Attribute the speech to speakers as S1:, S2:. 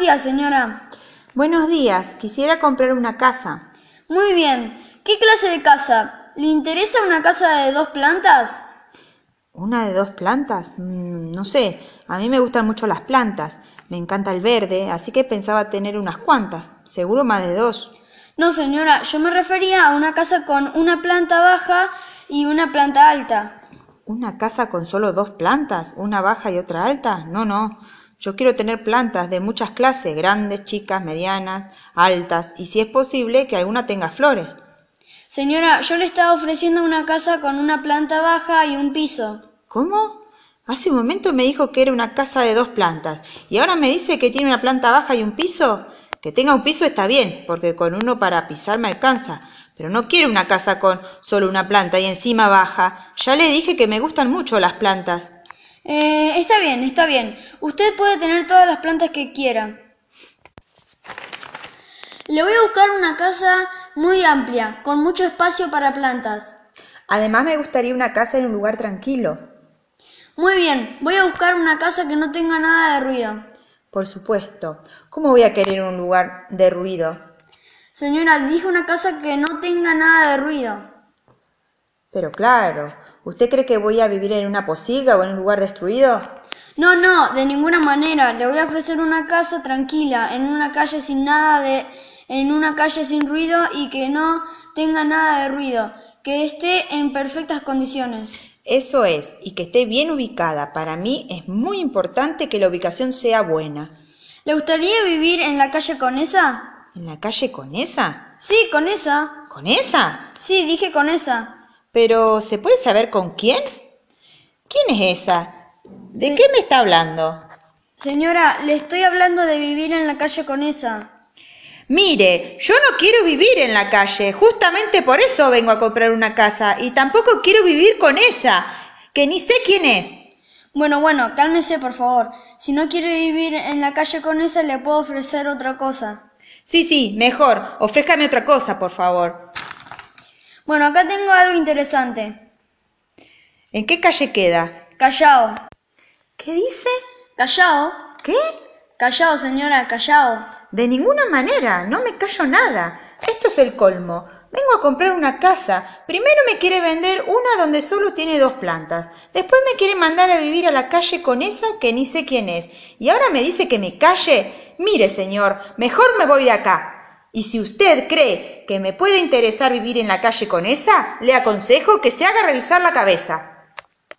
S1: días, señora.
S2: Buenos días, quisiera comprar una casa.
S1: Muy bien. ¿Qué clase de casa? ¿Le interesa una casa de dos plantas?
S2: ¿Una de dos plantas? Mm, No sé, a mí me gustan mucho las plantas. Me encanta el verde, así que pensaba tener unas cuantas, seguro más de dos.
S1: No, señora, yo me refería a una casa con una planta baja y una planta alta.
S2: ¿Una casa con solo dos plantas? ¿Una baja y otra alta? No, no. Yo quiero tener plantas de muchas clases, grandes, chicas, medianas, altas, y si es posible que alguna tenga flores.
S1: Señora, yo le estaba ofreciendo una casa con una planta baja y un piso.
S2: ¿Cómo? Hace un momento me dijo que era una casa de dos plantas y ahora me dice que tiene una planta baja y un piso. Que tenga un piso está bien, porque con uno para pisar me alcanza, pero no quiero una casa con solo una planta y encima baja. Ya le dije que me gustan mucho las plantas.
S1: Eh, está bien, está bien. Usted puede tener todas las plantas que quiera. Le voy a buscar una casa muy amplia, con mucho espacio para plantas.
S2: Además me gustaría una casa en un lugar tranquilo.
S1: Muy bien, voy a buscar una casa que no tenga nada de ruido.
S2: Por supuesto. ¿Cómo voy a querer un lugar de ruido?
S1: Señora, dije una casa que no tenga nada de ruido.
S2: Pero claro, ¿usted cree que voy a vivir en una posiga o en un lugar destruido?
S1: No, no, de ninguna manera. Le voy a ofrecer una casa tranquila, en una calle sin nada de, en una calle sin ruido y que no tenga nada de ruido, que esté en perfectas condiciones.
S2: Eso es, y que esté bien ubicada. Para mí es muy importante que la ubicación sea buena.
S1: ¿Le gustaría vivir en la calle con esa?
S2: ¿En la calle con esa?
S1: Sí, con esa.
S2: ¿Con esa?
S1: Sí, dije con esa.
S2: Pero, ¿se puede saber con quién? ¿Quién es esa? ¿De qué me está hablando?
S1: Señora, le estoy hablando de vivir en la calle con esa.
S2: Mire, yo no quiero vivir en la calle, justamente por eso vengo a comprar una casa y tampoco quiero vivir con esa, que ni sé quién es.
S1: Bueno, bueno, cálmese, por favor. Si no quiere vivir en la calle con esa, le puedo ofrecer otra cosa.
S2: Sí, sí, mejor, ofrézcame otra cosa, por favor.
S1: Bueno, acá tengo algo interesante.
S2: ¿En qué calle queda?
S1: Callao.
S2: ¿Qué dice?
S1: Callao.
S2: ¿Qué?
S1: Callao, señora, callao.
S2: De ninguna manera, no me callo nada. Esto es el colmo. Vengo a comprar una casa. Primero me quiere vender una donde solo tiene dos plantas. Después me quiere mandar a vivir a la calle con esa que ni sé quién es. Y ahora me dice que me calle. Mire, señor, mejor me voy de acá. Y si usted cree que me puede interesar vivir en la calle con esa, le aconsejo que se haga revisar la cabeza.